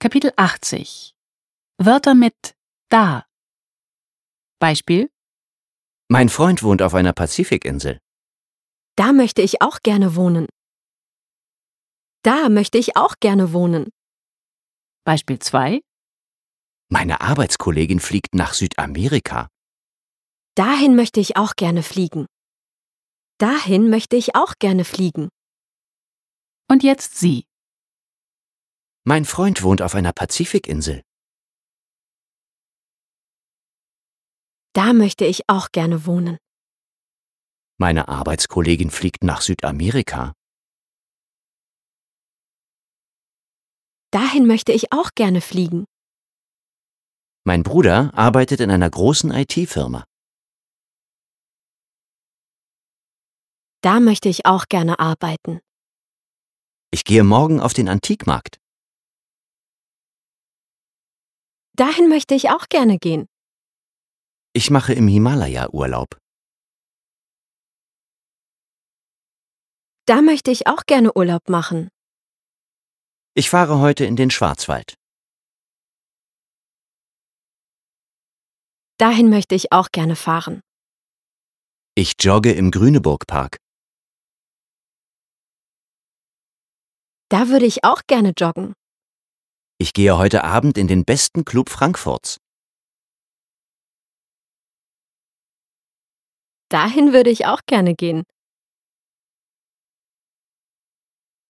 Kapitel 80 Wörter mit da Beispiel Mein Freund wohnt auf einer Pazifikinsel. Da möchte ich auch gerne wohnen. Da möchte ich auch gerne wohnen. Beispiel 2 Meine Arbeitskollegin fliegt nach Südamerika. Dahin möchte ich auch gerne fliegen. Dahin möchte ich auch gerne fliegen. und jetzt sie. Mein Freund wohnt auf einer Pazifikinsel. Da möchte ich auch gerne wohnen. Meine Arbeitskollegin fliegt nach Südamerika. Dahin möchte ich auch gerne fliegen. Mein Bruder arbeitet in einer großen IT-Firma. Da möchte ich auch gerne arbeiten. Ich gehe morgen auf den Antikmarkt. Dahin möchte ich auch gerne gehen. Ich mache im Himalaya Urlaub. Da möchte ich auch gerne Urlaub machen. Ich fahre heute in den Schwarzwald. Dahin möchte ich auch gerne fahren. Ich jogge im Grüneburgpark. Da würde ich auch gerne joggen. Ich gehe heute Abend in den besten Club Frankfurts. Dahin würde ich auch gerne gehen.